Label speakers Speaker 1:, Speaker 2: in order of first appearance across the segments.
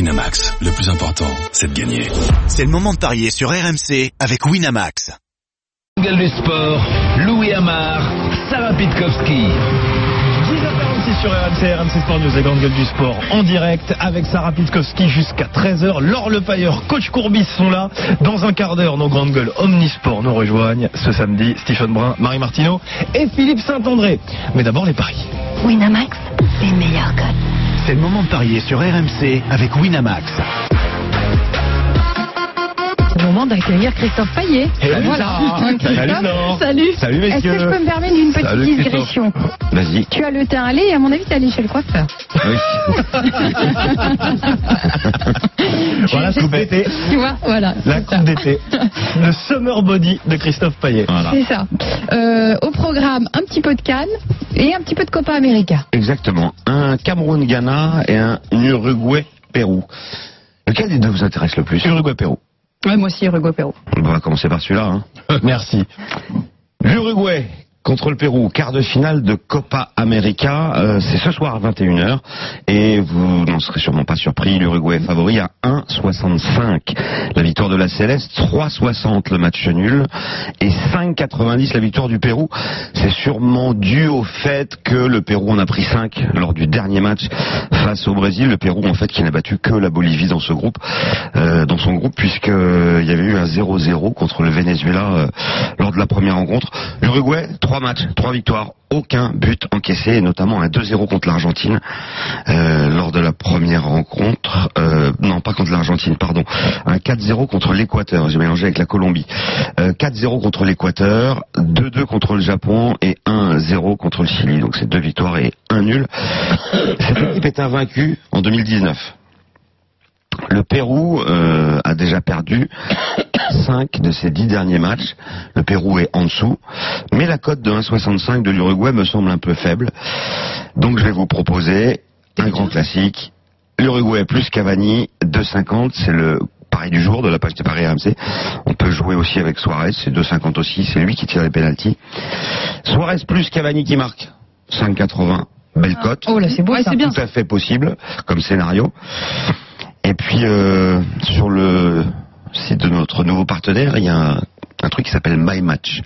Speaker 1: Winamax, le plus important, c'est de gagner.
Speaker 2: C'est le moment de parier sur RMC avec Winamax.
Speaker 3: Mondial du sport, Louis Amar, Sarah Pitkowski.
Speaker 4: 19h26 sur RMC, RMC Sport News, les grandes gueules du sport en direct avec Sarah Pitkowski jusqu'à 13h. Laure Lepailleur, coach Courbis sont là. Dans un quart d'heure, nos grandes gueules omnisports nous rejoignent ce samedi. Stephen Brun, Marie Martineau et Philippe Saint-André. Mais d'abord les paris.
Speaker 5: Winamax, les meilleurs codes.
Speaker 2: C'est le moment de parier sur RMC avec Winamax.
Speaker 6: C'est le moment d'accueillir Christophe Paillet.
Speaker 4: Salut,
Speaker 6: voilà.
Speaker 4: Sarah.
Speaker 6: Christophe,
Speaker 4: Salut, Laure.
Speaker 6: salut.
Speaker 4: Salut,
Speaker 6: Est-ce
Speaker 4: messieurs.
Speaker 6: que je peux me permettre une petite
Speaker 4: Salut, Christophe.
Speaker 6: digression
Speaker 7: Vas-y.
Speaker 6: Tu as le teint allé et à mon avis, t'es allé chez le coiffeur.
Speaker 4: Voilà,
Speaker 6: Je-
Speaker 4: coupe d'été.
Speaker 6: Tu vois, voilà.
Speaker 4: La
Speaker 6: c'est ça.
Speaker 4: coupe d'été. Le summer body de Christophe Payet.
Speaker 6: C'est ça. Euh, au programme, un petit peu de Cannes et un petit peu de Copa América.
Speaker 7: Exactement. Un Cameroun-Ghana et un Uruguay-Pérou. Lequel des deux vous intéresse le plus Uruguay-Pérou.
Speaker 6: Ouais, moi aussi, Uruguay-Pérou.
Speaker 7: On va commencer par celui-là. hein.
Speaker 4: Merci.
Speaker 7: L'Uruguay contre le Pérou, quart de finale de Copa América, euh, c'est ce soir à 21h et vous n'en serez sûrement pas surpris, l'Uruguay est favori à 1,65. La victoire de la Céleste, 3,60 le match nul et 5,90 la victoire du Pérou. C'est sûrement dû au fait que le Pérou en a pris 5 lors du dernier match face au Brésil. Le Pérou en fait qui n'a battu que la Bolivie dans ce groupe, euh, dans son groupe puisque euh, il y avait eu un 0-0 contre le Venezuela euh, lors de la première rencontre. L'Uruguay, trois matchs, trois victoires, aucun but encaissé, et notamment un 2-0 contre l'Argentine euh, lors de la première rencontre. Euh, non, pas contre l'Argentine, pardon. Un 4-0 contre l'Équateur, j'ai mélangé avec la Colombie. Euh, 4-0 contre l'Équateur, 2-2 contre le Japon et 1-0 contre le Chili. Donc c'est deux victoires et un nul. Cette équipe est invaincue en 2019. Le Pérou euh, a déjà perdu 5 de ses 10 derniers matchs. Le Pérou est en dessous. Mais la cote de 1,65 de l'Uruguay me semble un peu faible. Donc je vais vous proposer un grand classique. L'Uruguay plus Cavani, 2,50. C'est le pari du jour de la page de Paris RMC. On peut jouer aussi avec Suarez, c'est 2,50 aussi. C'est lui qui tire les pénalties. Suarez plus Cavani qui marque, 5,80. Belle cote
Speaker 6: Oh là, c'est beau. ça.
Speaker 7: tout à fait possible comme scénario. Et puis euh, sur le site de notre nouveau partenaire, il y a un, un truc qui s'appelle My Match.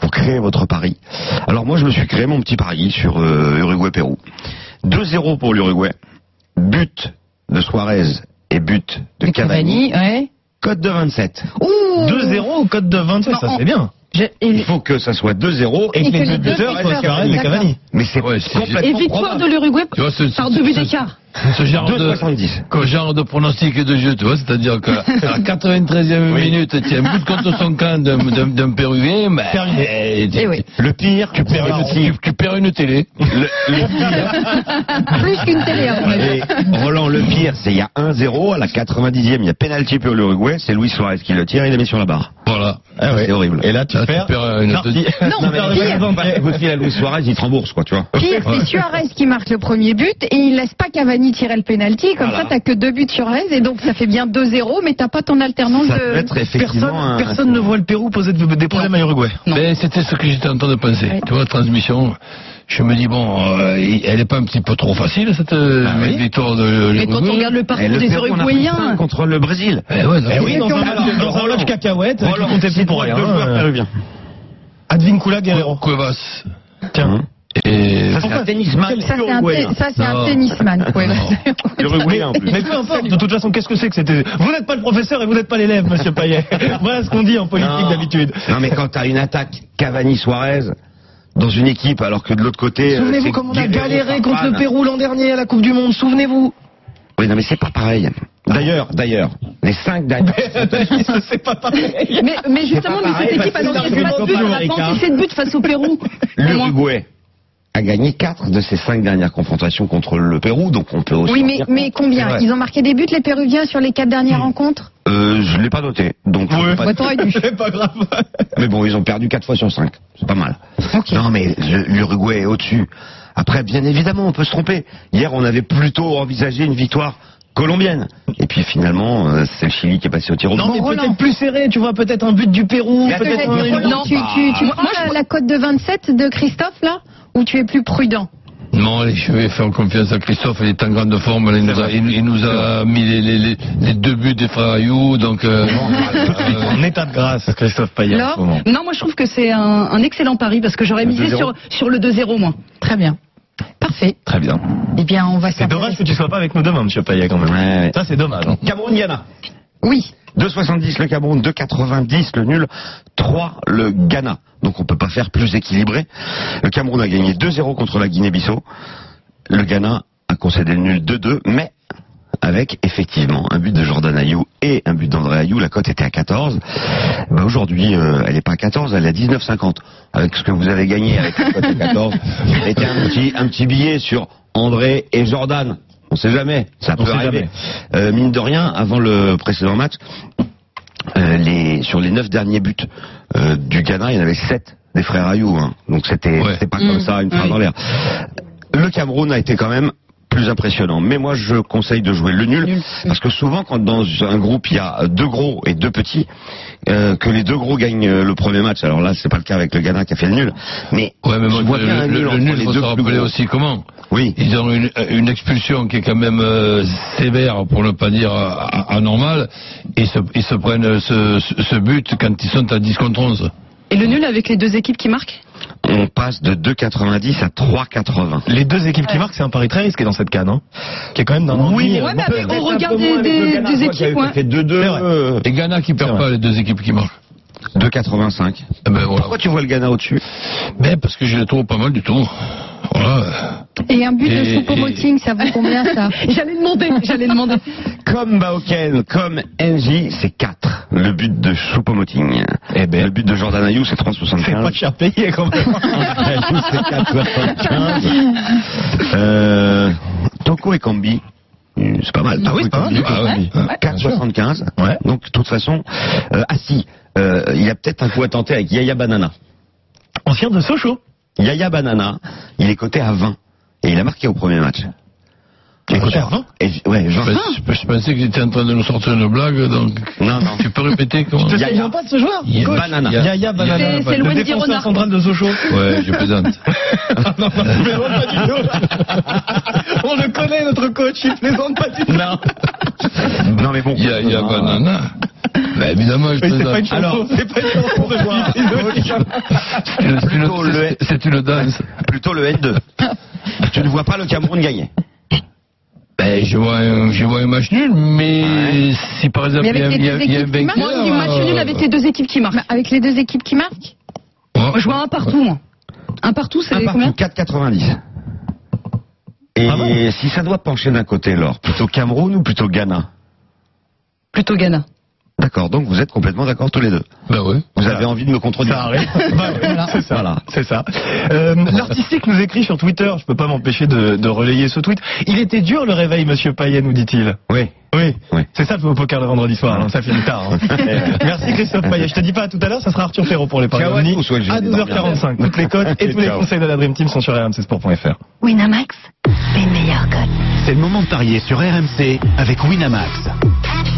Speaker 7: Vous créez votre pari. Alors moi, je me suis créé mon petit pari sur euh, Uruguay-Pérou. 2-0 pour l'Uruguay. But de Suarez et but de,
Speaker 6: De
Speaker 7: Cavani.
Speaker 6: Cavani, ouais.
Speaker 7: Cote de 27.
Speaker 6: Ouh
Speaker 4: 2-0 au code de 27,
Speaker 6: Non,
Speaker 4: ça
Speaker 6: on-
Speaker 4: c'est bien.
Speaker 6: Je-
Speaker 7: Il
Speaker 6: et-
Speaker 7: faut que ça soit 2-0 et
Speaker 6: Et
Speaker 7: que les
Speaker 6: que
Speaker 7: deux
Speaker 6: les deux
Speaker 7: buteurs
Speaker 6: buts soient
Speaker 7: soient
Speaker 4: Cavani,
Speaker 7: Cavani.
Speaker 6: D'accord.
Speaker 4: Cavani.
Speaker 7: Mais c'est
Speaker 8: Ouais, c'est-
Speaker 7: complètement
Speaker 6: Et victoire
Speaker 7: probable.
Speaker 6: de l'Uruguay
Speaker 8: Tu vois, ce-
Speaker 6: par
Speaker 8: ce-
Speaker 6: deux buts
Speaker 8: ce-
Speaker 6: d'écart.
Speaker 8: ce genre de,
Speaker 7: 2,70.
Speaker 8: ce genre de pronostic et de jeu, tu vois, c'est-à-dire qu'à la 93e
Speaker 7: Oui.
Speaker 8: minute, tu as un but contre son camp d'un- d'un d'un Péruvien, ben,
Speaker 4: Terminé.
Speaker 8: eh, tu-
Speaker 6: Eh oui.
Speaker 7: Le pire, tu
Speaker 8: tu-
Speaker 7: perds le
Speaker 8: tu, tu perds une télé.
Speaker 7: Le- le pire,
Speaker 6: Plus qu'une télé, en fait.
Speaker 7: Et Roland, le pire, c'est il y a 1-0 à la 90e, il y a pénalty pour l'Uruguay, c'est Luis Suarez qui le tire, il le met sur la barre.
Speaker 8: Voilà.
Speaker 7: Ça, C'est horrible.
Speaker 4: Ah Et là tu
Speaker 8: Là, tu
Speaker 4: perds.
Speaker 8: perds une-
Speaker 4: partie.
Speaker 6: Non,
Speaker 4: tu perds le
Speaker 6: pire.
Speaker 4: magasin.
Speaker 7: Pas coup de fil à Luis Suarez, il te rembourse, quoi, tu vois.
Speaker 6: Pire, c'est Suarez qui marque le premier but et il laisse pas Cavani tirer le penalty. Comme
Speaker 7: Voilà.
Speaker 6: ça, t'as que deux buts Suarez et donc ça fait bien 2-0, mais t'as pas ton alternance
Speaker 7: Ça
Speaker 6: de.
Speaker 7: peut être effectivement
Speaker 4: Personne,
Speaker 7: un-
Speaker 4: personne ne voit le Pérou poser de- hein, des problèmes à l'Uruguay.
Speaker 6: Non.
Speaker 8: Ben, c'était ce que j'étais en train de penser.
Speaker 6: Oui.
Speaker 8: Tu vois, la transmission, je me dis, bon, euh, il- elle est pas un petit peu trop facile, cette euh,
Speaker 7: oui.
Speaker 8: victoire de l'Uruguay.
Speaker 6: le
Speaker 7: Eh, le Pérou, on a pris cinq contre le Brésil.
Speaker 8: Eh ouais, non,
Speaker 4: Eh oui,
Speaker 8: mais-
Speaker 4: dans un match- dans un
Speaker 7: Roland.
Speaker 4: match cacahuète,
Speaker 7: Roland,
Speaker 4: qui comptait plus
Speaker 7: c'est
Speaker 4: pour
Speaker 7: toi,
Speaker 4: rien.
Speaker 7: deux joueurs
Speaker 4: hein.
Speaker 7: péruviens.
Speaker 4: Advincula Guerrero.
Speaker 8: Cuevas.
Speaker 4: Tiens.
Speaker 7: Hum.
Speaker 8: Et
Speaker 7: Ça, c'est un tennisman
Speaker 6: Ça, c'est un,
Speaker 7: uruguayen.
Speaker 6: té- ça, c'est un
Speaker 8: Non.
Speaker 6: tennisman. ouais.
Speaker 7: Uruguayen, en plus.
Speaker 4: Mais peu importe, de toute façon, qu'est-ce que c'est que c'était Vous n'êtes pas le professeur et vous n'êtes pas l'élève, monsieur Payet. voilà ce qu'on dit en politique
Speaker 7: Non.
Speaker 4: d'habitude.
Speaker 7: Non, mais quand t'as une attaque Cavani-Suarez dans une équipe, alors que de l'autre côté. euh,
Speaker 4: Souvenez-vous
Speaker 7: c'est
Speaker 4: comme on a
Speaker 7: Guerrero,
Speaker 4: galéré contre
Speaker 7: Farfan.
Speaker 4: le Pérou l'an dernier à la Coupe du Monde, souvenez-vous.
Speaker 7: Oui, non, mais c'est pas pareil. D'ailleurs, d'ailleurs, les cinq derniers.
Speaker 4: c'est pas pareil.
Speaker 9: Mais, mais justement,
Speaker 7: C'est pas
Speaker 9: mais cette
Speaker 7: pareil,
Speaker 9: équipe a
Speaker 7: parce que
Speaker 9: manqué
Speaker 7: c'est
Speaker 9: sept
Speaker 7: un
Speaker 9: buts,
Speaker 7: hein. peu
Speaker 9: elle a
Speaker 7: plus
Speaker 9: manqué sept buts face au Pérou. au moins.
Speaker 7: L'Uruguay a gagné 4 de ses 5 dernières confrontations contre le Pérou, donc on peut aussi.
Speaker 6: Oui,
Speaker 7: en
Speaker 6: mais,
Speaker 7: dire
Speaker 6: mais
Speaker 7: compte. C'est
Speaker 6: combien
Speaker 7: vrai.
Speaker 6: Ils ont marqué des buts, les Péruviens, sur les quatre dernières rencontres
Speaker 7: euh, Je l'ai pas noté, donc. je
Speaker 4: Ouais.
Speaker 7: peux pas-
Speaker 6: Bah, t'aurais dû.
Speaker 4: C'est pas grave.
Speaker 7: Mais bon, ils ont perdu 4 fois sur 5. C'est pas mal. Non, mais le- l'Uruguay est au-dessus. Après, bien évidemment, on peut se tromper. Hier, on avait plutôt envisagé une victoire colombienne. Et puis finalement, euh, c'est le Chili qui est passé au tir au
Speaker 4: Non, mais
Speaker 7: but.
Speaker 4: peut-être plus serré, tu vois, peut-être un but du Pérou,
Speaker 7: Mais attends,
Speaker 4: peut-être
Speaker 7: mais
Speaker 4: un.
Speaker 7: Roland,
Speaker 6: tu, tu, tu
Speaker 7: Bah,
Speaker 6: prends la, la cote de 27 de Christophe, là Ou tu es plus prudent
Speaker 8: Non, allez, je vais faire confiance à Christophe, il est en grande forme, il nous a, il- il nous a mis les, les- les- les deux buts des Fayou, donc... euh, euh,
Speaker 4: En état de grâce, Christophe Payet. en ce
Speaker 9: Alors,
Speaker 4: moment.
Speaker 9: non, moi je trouve que c'est un, un excellent pari parce que j'aurais
Speaker 7: Le
Speaker 9: misé
Speaker 7: 2-0.
Speaker 9: sur, sur le 2-0 moi.
Speaker 6: Très bien. Parfait.
Speaker 7: Très bien.
Speaker 6: Eh bien, on va
Speaker 4: C'est dommage que tu sois pas avec nous demain, monsieur Payet, quand même.
Speaker 7: Ouais, ouais.
Speaker 4: Ça, c'est dommage. hein.
Speaker 7: Cameroun, Ghana.
Speaker 6: Oui.
Speaker 7: 2,70 le Cameroun, 2,90 le nul, 3 le Ghana. Donc on peut pas faire plus équilibré. Le Cameroun a gagné 2-0 contre la Guinée-Bissau. Le Ghana a concédé le nul 2-2, mais avec effectivement un but de Jordan Ayou et un but d'André Ayou. La cote était à 14. Bah aujourd'hui, euh, elle n'est pas à 14, elle est à 19,50. Avec ce que vous avez gagné avec la cote à 14, mettez un petit, un petit billet sur André et Jordan. On sait jamais, ça
Speaker 4: On
Speaker 7: peut
Speaker 4: sait
Speaker 7: arriver.
Speaker 4: jamais.
Speaker 7: Euh, mine de rien, avant le précédent match, euh, les, sur les neuf derniers buts euh, du Ghana, il y en avait sept des frères Ayou. hein. Donc c'était
Speaker 8: Ouais.
Speaker 7: c'était pas comme ça, une frappe dans l'air. Le Cameroun a été quand même plus impressionnant. Mais moi, je conseille de jouer le nul, parce que souvent, quand dans un groupe, il y a deux gros et deux petits, euh, que les deux gros gagnent euh, le premier match. Alors là, c'est pas le cas avec le Ghana qui a fait le nul. Mais,
Speaker 8: Ouais, mais
Speaker 7: je
Speaker 8: moi,
Speaker 7: vois
Speaker 8: le,
Speaker 7: bien un
Speaker 8: le-
Speaker 7: nul
Speaker 8: le
Speaker 7: entre
Speaker 8: nul,
Speaker 7: les
Speaker 8: faut
Speaker 7: deux
Speaker 8: se
Speaker 7: plus
Speaker 8: rappeler
Speaker 7: gros.
Speaker 8: aussi comment.
Speaker 7: Oui.
Speaker 8: Ils ont une, une expulsion qui est quand même euh, sévère, pour ne pas dire euh, anormale, et se, ils se prennent ce, ce- ce but quand ils sont à 10 contre 11.
Speaker 9: Et le nul avec les deux équipes qui marquent
Speaker 7: On passe de 2,90 à 3,80.
Speaker 4: Les deux équipes qui marquent, c'est un pari très risqué dans cette canne, hein. Qui est quand même d'un ennui,
Speaker 9: ouais,
Speaker 4: euh,
Speaker 9: mais
Speaker 4: bon,
Speaker 9: avec-
Speaker 4: peut-être
Speaker 9: au
Speaker 4: un
Speaker 9: regard
Speaker 4: peu moins
Speaker 9: des-
Speaker 4: avec le
Speaker 9: des-
Speaker 4: Ghana,
Speaker 9: des
Speaker 4: je crois qu'il y
Speaker 9: équipes, hein.
Speaker 4: avait
Speaker 9: ouais.
Speaker 4: fait 2-2.
Speaker 7: C'est vrai.
Speaker 4: euh,
Speaker 8: Et Ghana qui perd
Speaker 4: vrai.
Speaker 8: pas les deux équipes qui marquent.
Speaker 7: 2,85.
Speaker 8: Eh ben, voilà.
Speaker 7: Pourquoi tu vois le Ghana au-dessus
Speaker 8: Ben, parce que je les trouve pas mal du tout. Voilà.
Speaker 6: Et un but de
Speaker 8: Et-
Speaker 6: Choupo-Moting, ça vaut combien ça
Speaker 9: J'allais demander, j'allais demander.
Speaker 7: Comme Baoken, comme NJ, c'est 4. Le but de Choupo-Moting.
Speaker 4: Eh ben.
Speaker 7: le but de Jordan Ayou, c'est
Speaker 4: C'est pas
Speaker 7: 3,75.
Speaker 4: cher payé, quand même.
Speaker 7: Ayou, c'est 4,75. Euh, Toko et Kambi. euh, C'est pas mal. Toko
Speaker 4: oui,
Speaker 7: et
Speaker 4: c'est pas mal.
Speaker 7: Kambi,
Speaker 4: Ah
Speaker 7: Kambi. 4,75.
Speaker 4: Ouais.
Speaker 7: Donc, de toute façon, euh, ah si, euh, il y a peut-être un coup à tenter avec Yaya Banana.
Speaker 4: Ancien de Sochaux.
Speaker 7: Yaya Banana, il est coté à 20. Et il a marqué au premier match.
Speaker 4: Il est coté à 20?
Speaker 7: Et, ouais,
Speaker 8: Je,
Speaker 7: genre,
Speaker 8: pens- je pensais que j'étais en train de nous sortir une blague, donc.
Speaker 7: Non, non.
Speaker 8: Tu peux répéter comment
Speaker 7: Yaya.
Speaker 4: vient pas de ce joueur.
Speaker 8: Yaya.
Speaker 4: Coach.
Speaker 7: Banana.
Speaker 4: Yaya Banana.
Speaker 9: C'est- c'est
Speaker 4: le
Speaker 9: Wendy
Speaker 4: défenseur
Speaker 9: Renard.
Speaker 4: central de Sochaux.
Speaker 8: Ouais, je plaisante.
Speaker 4: Non, non, je plaisante pas du tout. On le connaît, notre coach, il plaisante pas du tout. Non.
Speaker 7: Non, mais bon.
Speaker 8: Il y a, il y a
Speaker 7: Non,
Speaker 8: banana. Ben, évidemment, je
Speaker 4: Mais c'est
Speaker 8: plaisante.
Speaker 4: pas une chanson,
Speaker 7: Alors-
Speaker 4: c'est pas une chanson de joueur.
Speaker 8: C'est une- c'est
Speaker 7: Plutôt le-
Speaker 8: une- c'est- C'est une danse.
Speaker 7: Plutôt le N2. tu ne vois pas le Cameroun gagner.
Speaker 8: Ben, je vois, un, je vois un match nul, mais si par exemple
Speaker 6: Mais
Speaker 8: il y a,
Speaker 6: avec
Speaker 8: il y a-
Speaker 6: les deux
Speaker 8: il y a un
Speaker 6: équipes qui
Speaker 8: vainqueur.
Speaker 9: Moi,
Speaker 6: marquent,
Speaker 8: euh,
Speaker 9: je dis match nul avec les deux équipes qui marquent.
Speaker 6: Bah, Avec les deux équipes qui marquent
Speaker 9: Moi, je vois un partout, moi. Un partout, c'est
Speaker 7: Un
Speaker 9: combien
Speaker 7: partout, 4,90. Et
Speaker 4: Ah bon
Speaker 7: si ça doit pencher d'un côté, Laure, plutôt Cameroun ou plutôt Ghana
Speaker 9: Plutôt Ghana.
Speaker 7: D'accord, donc vous êtes complètement d'accord tous les deux.
Speaker 8: Ben oui.
Speaker 7: Vous avez envie de me contredire
Speaker 4: Ça arrive. Voilà, c'est ça.
Speaker 7: Voilà.
Speaker 4: C'est ça. Euh, L'artistique nous écrit sur Twitter, je peux pas m'empêcher de, de relayer ce tweet. Il était dur le réveil, monsieur Payet, nous dit-il.
Speaker 7: Oui.
Speaker 4: Oui,
Speaker 7: Oui.
Speaker 4: c'est ça le poker le vendredi soir, hein, ça finit tard. hein. Merci Christophe Payet. Je te dis pas à tout à l'heure, ça sera Arthur Perrault pour les paris
Speaker 7: Ciao à
Speaker 4: Omni.
Speaker 7: tous, ouais, je vais
Speaker 4: à
Speaker 7: dormir.
Speaker 4: 12h45. Toutes les cotes et tous les
Speaker 7: Ciao.
Speaker 4: conseils de la Dream Team sont sur rmcsport.fr.
Speaker 5: Winamax, les meilleurs codes.
Speaker 2: C'est le moment de parier sur RMC avec Winamax.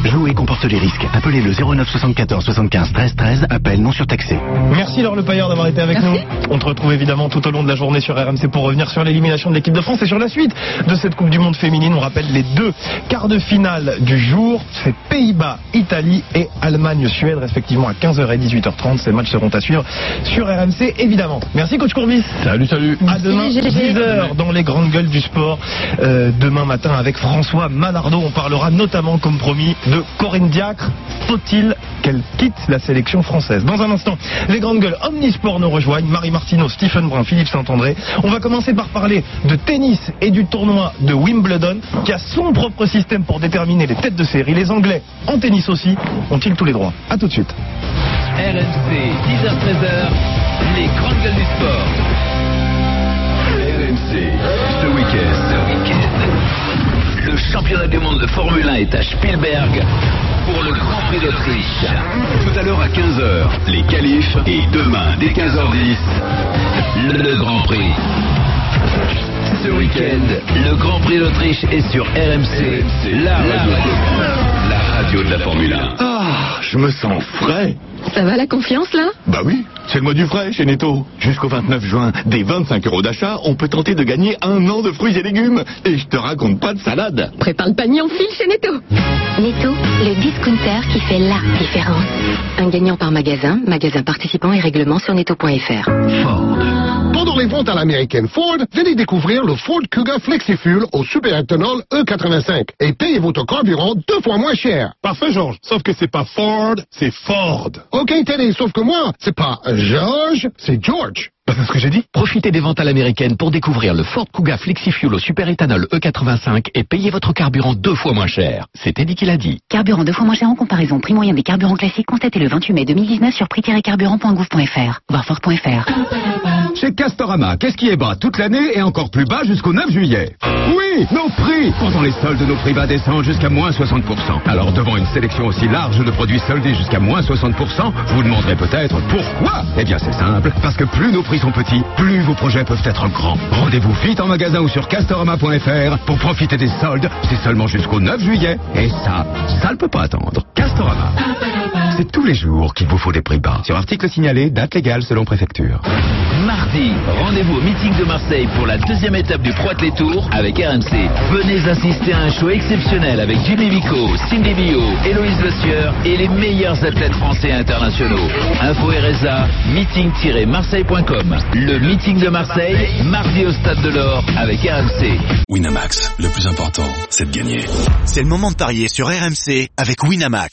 Speaker 2: Jouer comporte les risques. Appelez le 09 74 75 13 13. Appel non surtaxé.
Speaker 4: Merci Laure Le Payeur d'avoir été avec nous. On te retrouve évidemment tout au long de la journée sur RMC pour revenir sur l'élimination de l'équipe de France et sur la suite de cette Coupe du Monde féminine. On rappelle les deux quarts de finale du jour. C'est Pays-Bas, Italie et Allemagne-Suède respectivement à 15h et 18h30. Ces matchs seront à suivre sur RMC évidemment. Merci coach Courbis.
Speaker 8: Salut, salut.
Speaker 4: À demain,
Speaker 6: les GG.
Speaker 4: 10h dans les grandes gueules du sport. Euh, demain matin, avec François Malardo, on parlera notamment, comme promis, de Corinne Diacre. Faut-il qu'elle quitte la sélection française Dans un instant, les grandes gueules Omnisport nous rejoignent. Marie Martineau, Stephen Brun, Philippe Saint-André. On va commencer par parler de tennis et du tournoi de Wimbledon, qui a son propre système pour déterminer les têtes de série. Les Anglais, en tennis aussi, ont-ils tous les droits À tout de suite.
Speaker 3: RMC, 10h-13h, les grandes gueules du sport. RMC, ce week-end. Ce week-end. Le championnat du monde de Formule 1 est à Spielberg pour le Grand Prix d'Autriche. Tout à l'heure à 15h, les qualifs et demain dès 15h10, le Grand Prix. Ce week-end, le Grand Prix d'Autriche est sur RMC, la radio. La radio. radio de la Formule 1.
Speaker 4: Ah, je me sens frais.
Speaker 10: Ça va la confiance là
Speaker 4: Bah oui, c'est le mois du frais chez Netto. Jusqu'au 29 juin, des 25 euros d'achat, on peut tenter de gagner un an de fruits et légumes. Et je te raconte pas de salade.
Speaker 10: Prépare le panier en fil chez Netto.
Speaker 5: Netto, le discounter qui fait la différence. Un gagnant par magasin, magasin participant et règlement sur netto.fr.
Speaker 11: Pendant les ventes à l'américaine Ford, venez découvrir le Ford Kuga Flexifuel au superéthanol E85 et payez votre carburant deux fois moins cher.
Speaker 4: Parfait, Georges. Sauf que c'est pas Ford, c'est Ford.
Speaker 11: Ok, Teddy, sauf que moi, c'est pas George, c'est George.
Speaker 8: C'est ce que j'ai dit. Profitez des ventes à l'américaine pour découvrir le Ford Kuga Flexifuel au superéthanol E85 E et payez votre carburant deux fois moins cher. C'était dit qu'il a dit.
Speaker 5: Carburant deux fois moins cher en comparaison. Prix moyen des carburants classiques constaté le 28 mai 2019 sur prix-carburant.gouv.fr. Voir Ford.fr.
Speaker 12: Chez Castorama, qu'est-ce qui est bas toute l'année et encore plus bas jusqu'au 9 juillet Oui, nos prix Pendant les soldes, nos prix bas descendent jusqu'à moins 60%. Alors devant une sélection aussi large de produits soldés jusqu'à moins 60%, vous vous demanderez peut-être pourquoi Eh bien c'est simple, parce que plus nos prix sont petits, plus vos projets peuvent être grands. Rendez-vous vite en magasin ou sur castorama.fr pour profiter des soldes, c'est seulement jusqu'au 9 juillet. Et ça, ça ne peut pas attendre. Castorama, c'est tous les jours qu'il vous faut des prix bas. Sur article signalé, date légale selon préfecture.
Speaker 3: Mardi, rendez-vous au meeting de Marseille pour la deuxième étape du Pro Athlète Tour avec RMC. Venez assister à un show exceptionnel avec Jimmy Vico, Cindy Bio, Héloïse Le Sieur et les meilleurs athlètes français et internationaux. Info RSA, meeting-marseille.com. Le meeting de Marseille, mardi au Stade de l'Or avec RMC.
Speaker 13: Winamax, le plus important, c'est de gagner.
Speaker 14: C'est le moment de parier sur RMC avec Winamax.